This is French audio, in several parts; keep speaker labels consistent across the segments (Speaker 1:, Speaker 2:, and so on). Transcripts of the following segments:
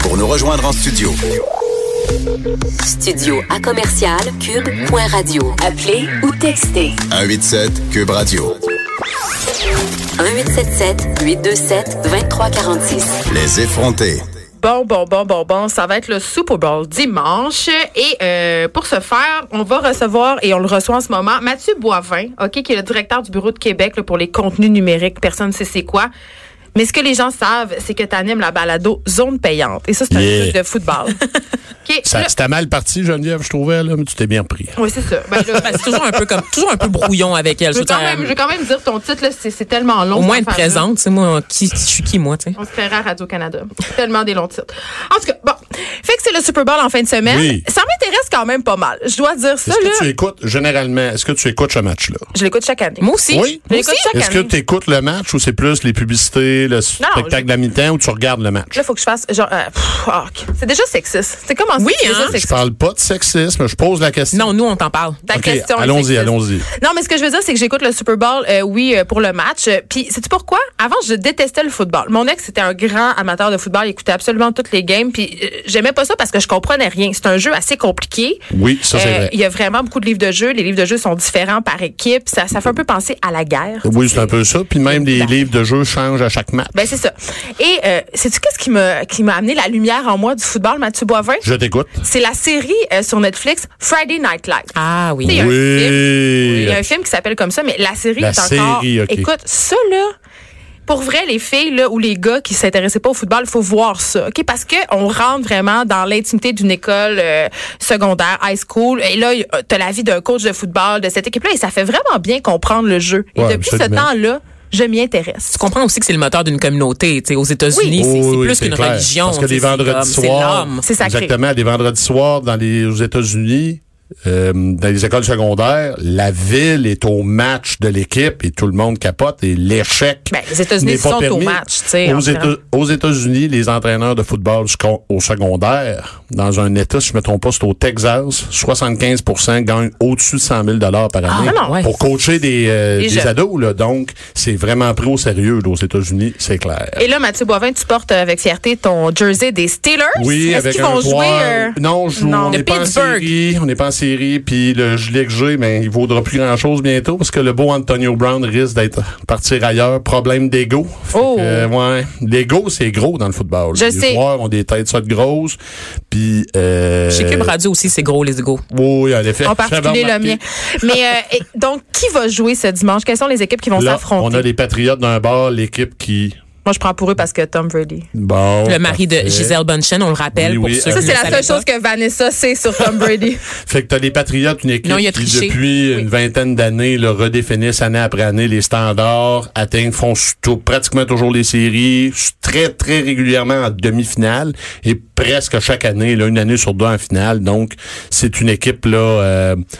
Speaker 1: Pour nous rejoindre en studio,
Speaker 2: Studio à commercial cube.radio. Appelez ou textez
Speaker 1: 187 Cube Radio.
Speaker 2: 1877 827 2346.
Speaker 1: Les effronter.
Speaker 3: Bon, bon, bon, bon, bon, ça va être le Super Bowl dimanche. Et euh, pour ce faire, on va recevoir, et on le reçoit en ce moment, Mathieu Boivin, OK, qui est le directeur du Bureau de Québec là, pour les contenus numériques. Personne ne sait c'est quoi. Mais ce que les gens savent, c'est que tu animes la balado Zone Payante. Et ça, c'est un
Speaker 4: Yeah.
Speaker 3: truc de football. OK,
Speaker 4: Ça-
Speaker 3: là-
Speaker 4: C'était mal parti, Geneviève, je trouvais, là, mais tu t'es bien pris.
Speaker 3: oui, c'est ça. Ben, là,
Speaker 5: Ben, c'est toujours un peu comme toujours un peu brouillon avec elle.
Speaker 3: je,
Speaker 5: Je
Speaker 3: veux
Speaker 5: veux
Speaker 3: quand
Speaker 5: dire,
Speaker 3: même, je veux quand même dire ton titre, là, c'est c'est tellement long.
Speaker 5: au moins
Speaker 3: cette
Speaker 5: être
Speaker 3: affaire-là.
Speaker 5: présente, tu sais, moi, qui, qui- je suis qui, moi, tu sais.
Speaker 3: On se ferait à Radio-Canada. Tellement des longs titres. En tout cas, bon. Fait que c'est le Super Bowl en fin de semaine.
Speaker 4: Oui.
Speaker 3: Ça m'intéresse quand même pas mal. Je dois dire ça,
Speaker 4: Est-ce
Speaker 3: là.
Speaker 4: que tu écoutes, généralement, est-ce que tu écoutes ce match-là?
Speaker 3: Je l'écoute chaque année.
Speaker 5: Moi aussi.
Speaker 4: Oui.
Speaker 3: Je l'écoute chaque
Speaker 4: Est-ce que
Speaker 3: année.
Speaker 4: tu écoutes le match ou c'est plus les publicités, le
Speaker 3: je-
Speaker 4: spectacle de la mi-temps ou tu regardes le match?
Speaker 3: Là, faut que je fasse genre. euh, pff, ah, ok. c'est déjà sexiste. C'est comment
Speaker 5: Oui,
Speaker 3: c'est déjà
Speaker 5: hein?
Speaker 3: sexiste?
Speaker 4: Je parle pas de sexisme, je pose la question.
Speaker 5: Non, nous, on t'en parle.
Speaker 3: Ta
Speaker 4: OK,
Speaker 3: question est
Speaker 4: allons-y,
Speaker 3: sexiste.
Speaker 4: allons-y.
Speaker 3: Non, mais ce que je veux dire, c'est que j'écoute le Super Bowl, euh, oui, euh, pour le match. Euh, Puis, sais-tu pourquoi? Avant, je détestais le football. Mon ex était un grand amateur de football. Il écoutait absolument toutes les games. Puis, euh, j'aimais pas ça parce que je comprenais rien. C'est un jeu assez compliqué.
Speaker 4: Oui, ça, c'est
Speaker 3: Euh,
Speaker 4: vrai.
Speaker 3: Il y a vraiment beaucoup de livres de jeux. Les livres de jeux sont différents par équipe. Ça, ça fait un peu penser à la guerre.
Speaker 4: Oui, c'est un peu ça. Puis même les livres de jeu changent à chaque match.
Speaker 3: Ben, c'est ça. Et, euh, sais-tu qu'est-ce qui m'a, qui m'a amené la lumière en moi du football, Mathieu Boivin?
Speaker 4: Je t'écoute.
Speaker 3: C'est la série euh, sur Netflix, Friday Night Live.
Speaker 5: Ah oui.
Speaker 3: Tu sais, il y a un
Speaker 4: Oui.
Speaker 3: Il y a un film qui s'appelle comme ça, mais la série
Speaker 4: La
Speaker 3: est encore.
Speaker 4: série, ok.
Speaker 3: Écoute, ça là. Pour vrai, les filles là, ou les gars qui s'intéressaient pas au football, faut voir ça, ok Parce que on rentre vraiment dans l'intimité d'une école euh, secondaire, high school, et là y- euh, t'as la vie d'un coach de football de cette équipe-là, et ça fait vraiment bien comprendre le jeu. Et
Speaker 4: Ouais,
Speaker 3: depuis
Speaker 4: absolument.
Speaker 3: ce temps-là, je m'y intéresse.
Speaker 5: Tu comprends aussi que c'est le moteur d'une communauté. tu sais, aux
Speaker 4: Oui.
Speaker 5: États-Unis, c'est c'est
Speaker 4: Oui, oui,
Speaker 5: plus
Speaker 4: c'est
Speaker 5: qu'une
Speaker 4: clair.
Speaker 5: religion.
Speaker 4: Parce que
Speaker 5: tu sais,
Speaker 4: les
Speaker 5: c'est
Speaker 4: vendredis
Speaker 5: comme-
Speaker 4: soirs-
Speaker 5: C'est l'homme.
Speaker 3: C'est sacré.
Speaker 4: Exactement. Les vendredis soirs, dans les, aux États-Unis, euh, dans les écoles secondaires, la ville est au match de l'équipe et tout le monde capote et l'échec.
Speaker 3: Ben, les États-Unis
Speaker 4: n'est pas
Speaker 3: sont au
Speaker 4: permis.
Speaker 3: match, tu sais, en
Speaker 4: Aux,
Speaker 3: général.
Speaker 4: Éta- aux États-Unis, les entraîneurs de football sco- au secondaire, dans un État, si je ne me trompe pas, c'est au Texas, 75 gagnent au-dessus de 100 000 par année
Speaker 3: vraiment? Ah, Ouais.
Speaker 4: pour coacher des, euh,
Speaker 3: Des
Speaker 4: des
Speaker 3: jeunes.
Speaker 4: ados. Là. Donc, c'est vraiment pris au sérieux là, aux États-Unis, c'est clair.
Speaker 3: Et là, Mathieu Boivin, tu portes euh, avec fierté ton jersey des Steelers.
Speaker 4: Oui,
Speaker 3: Ah, Est-ce
Speaker 4: avec
Speaker 3: qu'ils
Speaker 4: un
Speaker 3: vont jouer
Speaker 4: joueur.
Speaker 3: euh,
Speaker 4: Non, on joue,
Speaker 3: Non.
Speaker 4: on
Speaker 3: De
Speaker 4: n'est pas en
Speaker 5: Pittsburgh.
Speaker 4: série. On n'est pas en série. Puis le gilet que j'ai, ben, il vaudra plus grand-chose bientôt parce que le beau Antonio Brown risque d'être partir ailleurs. Problème d'ego. Fait
Speaker 3: Oh.
Speaker 4: que, ouais. L'ego, c'est gros dans le football.
Speaker 3: Je
Speaker 4: Les
Speaker 3: sais.
Speaker 4: joueurs ont des têtes ça de grosses. Puis... Euh,
Speaker 5: Chez Cube Radio aussi, c'est gros, les égaux.
Speaker 4: Oui, en effet.
Speaker 3: En
Speaker 4: J'avais
Speaker 3: particulier le
Speaker 4: remarqué.
Speaker 3: mien. Mais euh, et donc, qui va jouer ce dimanche? Quelles sont les équipes qui vont
Speaker 4: Là, on
Speaker 3: s'affronter?
Speaker 4: a les Patriotes d'un bar, l'équipe qui...
Speaker 3: Moi, je prends pour eux parce que Tom Brady.
Speaker 4: Bon,
Speaker 5: Le mari de
Speaker 4: parfait.
Speaker 5: Gisèle Bunchen, on le rappelle.
Speaker 4: Oui,
Speaker 5: pour
Speaker 4: oui,
Speaker 5: ceux
Speaker 4: euh,
Speaker 5: qui
Speaker 3: Ça,
Speaker 5: ne
Speaker 3: c'est
Speaker 5: le
Speaker 3: la
Speaker 5: savaient
Speaker 3: seule chose
Speaker 5: pas.
Speaker 3: que Vanessa sait sur Tom Brady.
Speaker 4: Fait que t'as les Patriotes, une équipe
Speaker 5: Non, il a
Speaker 4: qui,
Speaker 5: triché.
Speaker 4: depuis une vingtaine d'années, le redéfinissent année après année les standards, atteignent, font s- tou- pratiquement toujours les séries, s- très, très régulièrement en demi-finale et presque chaque année, là, une année sur deux en finale. Donc, c'est une équipe, là, euh,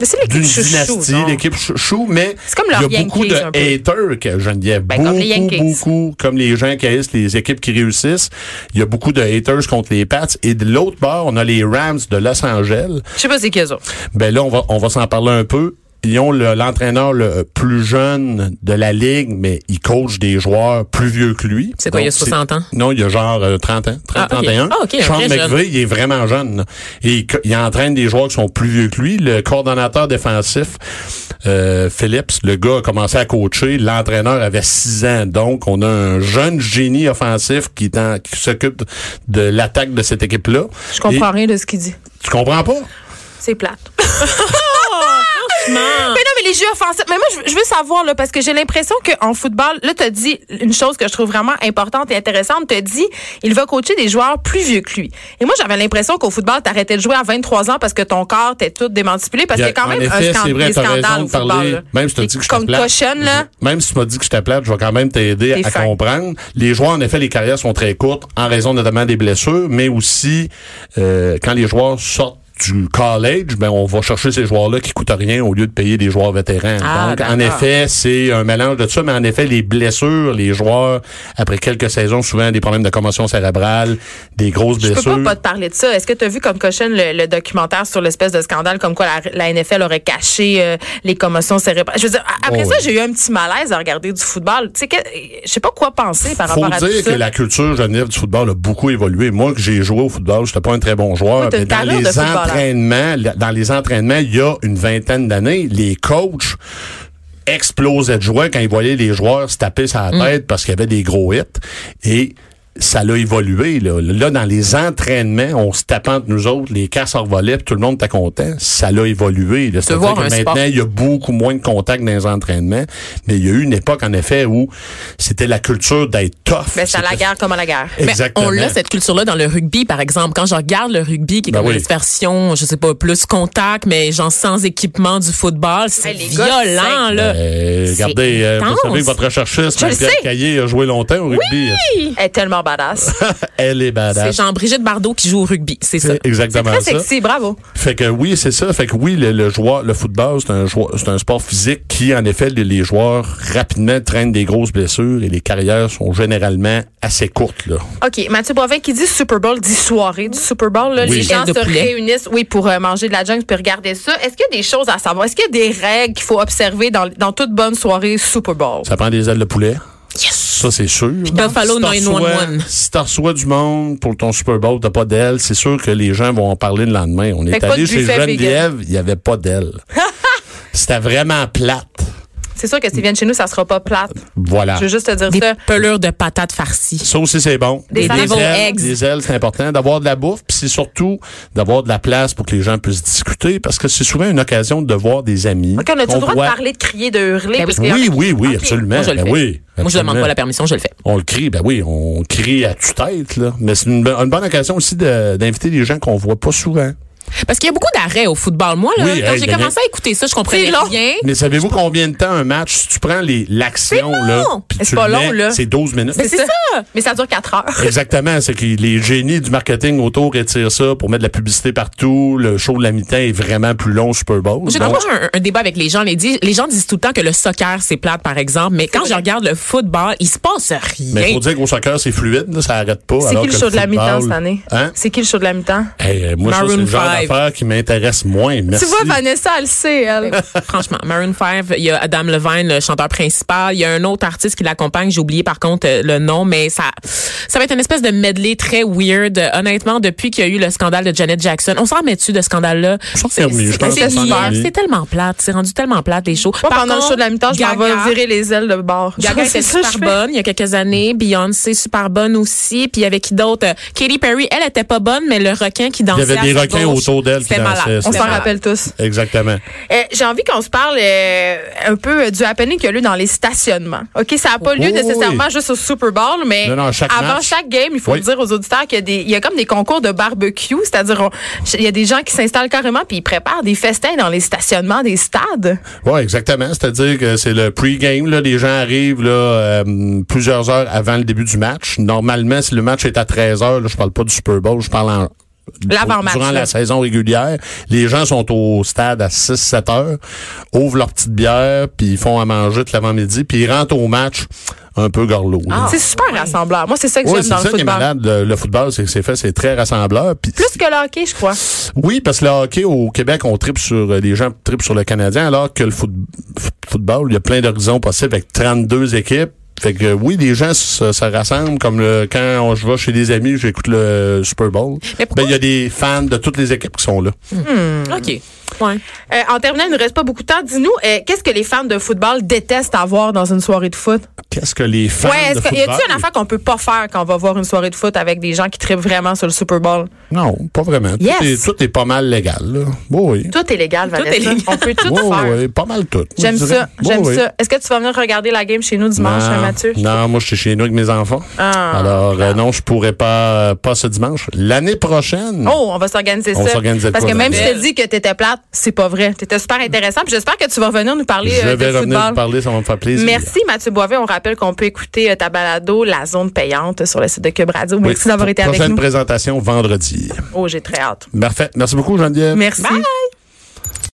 Speaker 3: Mais c'est l'équipe
Speaker 4: d'une
Speaker 3: chouchou.
Speaker 4: dynastie,
Speaker 3: non?
Speaker 4: l'équipe chouchou, mais
Speaker 3: C'est comme
Speaker 4: il y
Speaker 3: leur
Speaker 4: a beaucoup
Speaker 3: Yankees,
Speaker 4: de
Speaker 3: un peu.
Speaker 4: haters, que Geneviève.
Speaker 3: Ben,
Speaker 4: beaucoup,
Speaker 3: comme les Yankees.
Speaker 4: beaucoup, comme les gens qui haïssent les équipes qui réussissent. Il y a beaucoup de haters contre les Pats. Et de l'autre bord, on a les Rams de Los Angeles.
Speaker 3: Je sais pas c'est qui eux autres.
Speaker 4: Ben là, on va, on va s'en parler un peu. Ils ont le- l'entraîneur le, plus jeune de la ligue, mais il coach des joueurs plus vieux que lui.
Speaker 5: C'est quoi, il y a
Speaker 4: Donc, c'est-
Speaker 5: 60 ans?
Speaker 4: Non, il y a genre euh, 30 ans, 30,
Speaker 5: Ah, ok.
Speaker 4: 31.
Speaker 5: Ah, ok, un
Speaker 4: Sean
Speaker 5: vrai jeune.
Speaker 4: McVay, il est vraiment jeune. là. Et il, co- il entraîne des joueurs qui sont plus vieux que lui. Le coordonnateur défensif, euh, Phillips, le gars a commencé à coacher. L'entraîneur avait 6 ans. Donc, on a un jeune génie offensif qui, est en- qui s'occupe de l'attaque de cette équipe-là.
Speaker 3: Je comprends rien de ce qu'il dit.
Speaker 4: Et Tu comprends pas?
Speaker 3: C'est plate.
Speaker 4: Ah.
Speaker 5: offensement.
Speaker 3: Mais non, mais les jeux offensifs. Mais moi, je, je veux savoir, là, parce que j'ai l'impression qu'en football, là, t'as dit une chose que je trouve vraiment importante et intéressante. T'as dit, il va coacher des joueurs plus vieux que lui. Et moi, j'avais l'impression qu'au football, t'arrêtais de jouer à 23 ans parce que ton corps t'es tout démantipulé, parce
Speaker 4: Il y
Speaker 3: que c'est
Speaker 4: a-
Speaker 3: quand
Speaker 4: en
Speaker 3: même
Speaker 4: effet,
Speaker 3: un scan-
Speaker 4: c'est vrai,
Speaker 3: des
Speaker 4: t'as raison
Speaker 3: scandales
Speaker 4: de
Speaker 3: au football.
Speaker 4: parler.
Speaker 3: là.
Speaker 4: Même si t'as
Speaker 3: Les
Speaker 4: dit que j'étais plate.
Speaker 3: concussions, là.
Speaker 4: Même si tu m'as dit que j'étais plate, je vais quand même t'aider
Speaker 3: T'es
Speaker 4: à
Speaker 3: fin.
Speaker 4: comprendre. Les joueurs, en effet, les carrières sont très courtes en raison notamment des blessures, mais aussi euh, quand les joueurs sortent du college, ben on va chercher ces joueurs-là qui coûtent rien au lieu de payer des joueurs vétérans.
Speaker 5: Ah,
Speaker 4: Donc, en
Speaker 5: d'accord.
Speaker 4: effet, c'est un mélange de ça, mais en effet, les blessures, les joueurs, après quelques saisons, souvent des problèmes de commotion cérébrale, des grosses
Speaker 3: Je peux
Speaker 4: blessures.
Speaker 3: pas, pas te parler de ça. Est-ce que tu as vu comme cochonne le, le documentaire sur l'espèce de scandale comme quoi la, la NFL aurait caché euh, les commotions cérébrales? Je veux dire, a- après
Speaker 4: Oh,
Speaker 3: ça,
Speaker 4: oui.
Speaker 3: j'ai eu un petit malaise à regarder du football. Tu sais, que- je sais pas quoi penser par
Speaker 4: faut
Speaker 3: rapport à
Speaker 4: dire
Speaker 3: tout ça.
Speaker 4: que la culture Genève du football a beaucoup évolué. Moi, que j'ai joué au football, j'étais pas un très bon
Speaker 3: Toi,
Speaker 4: joueur.
Speaker 3: t'as
Speaker 4: mais
Speaker 3: une
Speaker 4: dans
Speaker 3: carrière de
Speaker 4: les
Speaker 3: footballeur.
Speaker 4: entraînements, la- dans les entraînements, il y a une vingtaine d'années, les coachs explosaient de joie quand ils voyaient les joueurs se taper sur
Speaker 3: Mm.
Speaker 4: la tête parce qu'il y avait des gros hits. Et ça l'a évolué. Là. là, dans les entraînements, on se tapait entre nous autres, les casses envolaient, puis tout le monde était content. Ça l'a évolué. Là. C'est-à-dire
Speaker 5: voir
Speaker 4: que
Speaker 5: un
Speaker 4: maintenant,
Speaker 5: sport.
Speaker 4: il y a beaucoup moins de contacts dans les entraînements. Mais il y a eu une époque, en effet, où c'était la culture d'être tough.
Speaker 3: Mais Ben, c'est à la
Speaker 4: C'était-
Speaker 3: guerre comme à la guerre.
Speaker 5: Mais
Speaker 4: Exactement.
Speaker 5: on l'a cette culture-là dans le rugby, par exemple. Quand je regarde le rugby, qui est
Speaker 4: Ben
Speaker 5: comme
Speaker 4: oui.
Speaker 5: une version, je sais pas, plus contact, mais genre sans équipement du football, c'est
Speaker 3: Hey, les gars,
Speaker 5: violent,
Speaker 3: c'est-
Speaker 5: là.
Speaker 4: Euh, regardez, euh, vous
Speaker 5: intense.
Speaker 4: savez que votre recherchiste,
Speaker 3: Je le
Speaker 4: Pierre
Speaker 3: sais.
Speaker 4: Caillé, a joué longtemps au rugby.
Speaker 3: Elle est tellement badass.
Speaker 4: Elle est
Speaker 5: C'est
Speaker 4: badass.
Speaker 5: Jean-Brigitte Bardot qui joue au rugby, c'est ça.
Speaker 4: C'est exactement
Speaker 3: Très
Speaker 4: Ben, ça.
Speaker 3: sexy, bravo.
Speaker 4: Fait que oui, c'est ça. Fait que oui, le, le joueur, le football, c'est un joueur- c'est un sport physique qui, en effet, les, les joueurs rapidement traînent des grosses blessures et les carrières sont généralement assez courtes. Là.
Speaker 3: OK, Mathieu Boivin qui dit Super Bowl, dit soirée du Super Bowl. là,
Speaker 4: Oui.
Speaker 3: Les gens
Speaker 5: Ailes de
Speaker 3: se
Speaker 5: poulet.
Speaker 3: réunissent oui, pour euh, manger de la junk puis regarder ça. Est-ce qu'il y a des choses à savoir? Est-ce qu'il y a des règles qu'il faut observer dans, dans toute bonne soirée Super Bowl?
Speaker 4: Ça prend des ailes de poulet. Ça, c'est sûr.
Speaker 5: Buffalo
Speaker 4: Si t'en
Speaker 5: 911.
Speaker 4: reçois- Si t'en reçois du monde pour ton Super Bowl, t'as pas d'aile, c'est sûr que les gens vont en parler le lendemain. On
Speaker 3: Fait
Speaker 4: est
Speaker 3: que pas de
Speaker 4: allé chez
Speaker 3: buffet
Speaker 4: Geneviève, il y avait pas d'aile. C'était vraiment plate.
Speaker 3: C'est sûr que s'ils viennent chez nous, ça sera pas plate.
Speaker 4: Voilà.
Speaker 3: Je veux juste te dire
Speaker 5: Des
Speaker 3: ça.
Speaker 5: pelures de patates farcies.
Speaker 4: Ça aussi, c'est bon.
Speaker 3: Des
Speaker 4: ailes,
Speaker 3: salades aux
Speaker 5: eggs.
Speaker 4: des ailes, c'est important. D'avoir de la bouffe, puis c'est surtout d'avoir de la place pour que les gens puissent discuter, parce que c'est souvent une occasion de voir des amis.
Speaker 3: OK, on a-tu
Speaker 4: qu'on
Speaker 3: le droit
Speaker 4: voit-
Speaker 3: de parler, de crier, de hurler?
Speaker 5: Ben
Speaker 3: Parce que-
Speaker 4: Oui, oui, oui,
Speaker 3: OK.
Speaker 4: absolument.
Speaker 5: Moi, je le
Speaker 4: Ben
Speaker 5: fais.
Speaker 4: oui,
Speaker 5: Moi, je demande
Speaker 4: absolument.
Speaker 5: pas la permission, je le fais.
Speaker 4: On le crie, ben oui, on crie à tue-tête, là. Mais c'est une, bo- une bonne occasion aussi de- d'inviter des gens qu'on voit pas souvent.
Speaker 5: Parce qu'il y a beaucoup d'arrêts au football. Moi, là,
Speaker 4: Oui,
Speaker 5: quand
Speaker 4: hey,
Speaker 5: j'ai
Speaker 4: Daniel.
Speaker 5: commencé à écouter ça, je comprenais
Speaker 3: C'est long.
Speaker 5: rien.
Speaker 4: Mais savez-vous combien de temps un match, si tu prends les- l'action,
Speaker 5: C'est
Speaker 4: là,
Speaker 5: long.
Speaker 4: puis
Speaker 3: Mais
Speaker 4: tu
Speaker 3: c'est pas
Speaker 4: le
Speaker 3: long,
Speaker 4: mets,
Speaker 3: là.
Speaker 4: c'est 12 minutes.
Speaker 3: Mais c'est ça. Mais ça dure quatre heures.
Speaker 4: Exactement, c'est que les génies du marketing autour étirent ça pour mettre de la publicité partout. Le show de la mi-temps est vraiment plus long au Super Bowl.
Speaker 5: J'ai
Speaker 4: Donc,
Speaker 5: toujours un, un débat avec les gens. Les, dis- les gens disent tout le temps que le soccer, c'est plate, par exemple. Mais quand je regarde le football, il se passe rien.
Speaker 4: mais faut dire qu'au soccer, c'est fluide, là, ça arrête pas.
Speaker 3: C'est
Speaker 4: alors
Speaker 3: qui le
Speaker 4: que
Speaker 3: show de la
Speaker 4: football-
Speaker 3: mi-temps cette année?
Speaker 4: Hein?
Speaker 3: C'est qui le show de la mi-temps?
Speaker 4: Hey, euh, moi, ça,
Speaker 5: Maroon
Speaker 4: c'est le genre
Speaker 5: five.
Speaker 4: d'affaire qui m'intéresse moins. Merci.
Speaker 3: Tu vois, Vanessa, elle le sait, elle.
Speaker 5: Franchement, Maroon 5, il y a Adam Levine, le chanteur principal. Il y a un autre artiste qui l'accompagne. J'ai oublié par contre euh, le nom, mais ça, ça va être une espèce de medley très weird. Euh, Honnêtement, depuis qu'il y a eu le scandale de Janet Jackson, on s'en remet tu de ce scandale-là?
Speaker 4: s'en remet, je pense
Speaker 5: c'est-
Speaker 3: qu'on s'en
Speaker 5: c'est-
Speaker 4: remet.
Speaker 5: C'est tellement plate. C'est rendu tellement plate, les shows.
Speaker 3: Moi,
Speaker 5: Par
Speaker 3: pendant le
Speaker 5: contre,
Speaker 3: show de la mi-temps, je m'en vais
Speaker 5: Gaga-
Speaker 3: virer les ailes de bord.
Speaker 5: Gaga était super bonne il y a quelques années, Beyoncé super bonne aussi, puis il y avait qui d'autre Euh, Katy Perry, elle était pas bonne mais le requin qui dansait
Speaker 4: avait
Speaker 5: à
Speaker 4: des
Speaker 5: sa
Speaker 4: requins
Speaker 5: gauche,
Speaker 4: autour d'elle qui
Speaker 5: c'était malade.
Speaker 4: dansaient,
Speaker 5: C'était
Speaker 3: On s'en
Speaker 5: malade.
Speaker 3: rappelle tous.
Speaker 4: Exactement.
Speaker 3: Euh, J'ai envie qu'on se parle euh, un peu euh, du happening qu'il y a lieu dans les stationnements. OK, ça n'a pas lieu
Speaker 4: Oh, Oui, oui,
Speaker 3: nécessairement
Speaker 4: oui.
Speaker 3: juste au Super Bowl, mais
Speaker 4: Non, non, chaque
Speaker 3: avant
Speaker 4: match.
Speaker 3: chaque game, il faut
Speaker 4: Oui.
Speaker 3: le dire aux auditeurs qu'il y, a des- il y a comme des concours de barbecue, c'est-à-dire on- il y a des gens qui s'installent carrément puis ils préparent des festins dans les stationnements des stades.
Speaker 4: Oui, exactement. C'est-à-dire que c'est le pre-game. Là, les gens arrivent là, euh, plusieurs heures avant le début du match. Normalement, si le match est à 13 heures, là, je parle pas du Super Bowl, je parle en
Speaker 3: L'avant-match,
Speaker 4: durant
Speaker 3: là.
Speaker 4: la saison régulière, les gens sont au stade à 6-7 heures, ouvrent leur petite bière, puis ils font à manger tout l'avant-midi, puis ils rentrent au match un peu gorlot. là.
Speaker 3: c'est super rassembleur. Moi, c'est ça que
Speaker 4: Ah, Ouais,
Speaker 3: Ah. j'aime
Speaker 4: c'est
Speaker 3: dans
Speaker 4: ça
Speaker 3: le
Speaker 4: qui est
Speaker 3: football.
Speaker 4: malade. Le, le football, c'est que c'est fait, c'est très rassembleur. Puis
Speaker 3: Plus que le hockey, je crois.
Speaker 4: oui, parce que le hockey au Québec, on tripe sur euh, les gens tripent sur le Canadien, alors que le foot- f- football, il y a plein d'horizons possibles avec 32 équipes. Fait que euh, oui, les gens se, se rassemblent comme le- quand on- je vais chez des amis, j'écoute le Super Bowl.
Speaker 5: Mais
Speaker 4: Ben
Speaker 5: pourquoi-
Speaker 4: il y a des fans de toutes les équipes qui sont là.
Speaker 5: OK. Ouais.
Speaker 3: Euh, en terminant, il ne reste pas beaucoup de temps. Dis-nous, euh, qu'est-ce que les fans de football détestent avoir dans une soirée de foot?
Speaker 4: Qu'est-ce que les fans
Speaker 3: Ouais,
Speaker 4: de
Speaker 3: est-ce que, y
Speaker 4: football-
Speaker 3: a-t-il une affaire qu'on peut pas faire quand on va voir une soirée de foot avec des gens qui trippent vraiment sur le Super Bowl?
Speaker 4: Non, pas vraiment.
Speaker 3: Yes.
Speaker 4: Tout, est, tout est pas mal légal. là. Oui, oui.
Speaker 3: Tout est légal, Vanessa.
Speaker 5: est légal.
Speaker 3: On peut tout
Speaker 4: Oui,
Speaker 3: faire.
Speaker 4: oui, pas mal tout.
Speaker 3: J'aime
Speaker 4: je dirais.
Speaker 3: ça,
Speaker 4: Oui,
Speaker 3: j'aime
Speaker 4: oui.
Speaker 3: ça. Est-ce que tu vas venir regarder la game chez nous dimanche,
Speaker 4: non,
Speaker 3: hein, Mathieu?
Speaker 4: Non, moi, je suis chez nous avec mes enfants.
Speaker 3: Ah.
Speaker 4: Alors, euh, non, je pourrais pas, euh, pas ce dimanche. L'année prochaine.
Speaker 3: Oh, on va s'organiser ça.
Speaker 4: On s'organise de
Speaker 3: Parce
Speaker 4: quoi,
Speaker 3: que même si je
Speaker 4: Daniel?
Speaker 3: te dis que t'étais plate, c'est pas vrai. T'étais super intéressant. Puis j'espère que tu vas venir nous parler
Speaker 4: je
Speaker 3: euh,
Speaker 4: vais
Speaker 3: de
Speaker 4: revenir vous
Speaker 3: football.
Speaker 4: parler, ça va me faire plaisir.
Speaker 3: Merci Mathieu Boivet. On rappelle qu'on peut écouter euh, ta balado, la zone payante sur le site de Cube Radio.
Speaker 4: Oui.
Speaker 3: Merci d'avoir été avec
Speaker 4: Prochaine
Speaker 3: nous.
Speaker 4: présentation vendredi.
Speaker 3: Oh, j'ai très hâte.
Speaker 4: Parfait. Merci beaucoup, Geneviève.
Speaker 3: Merci.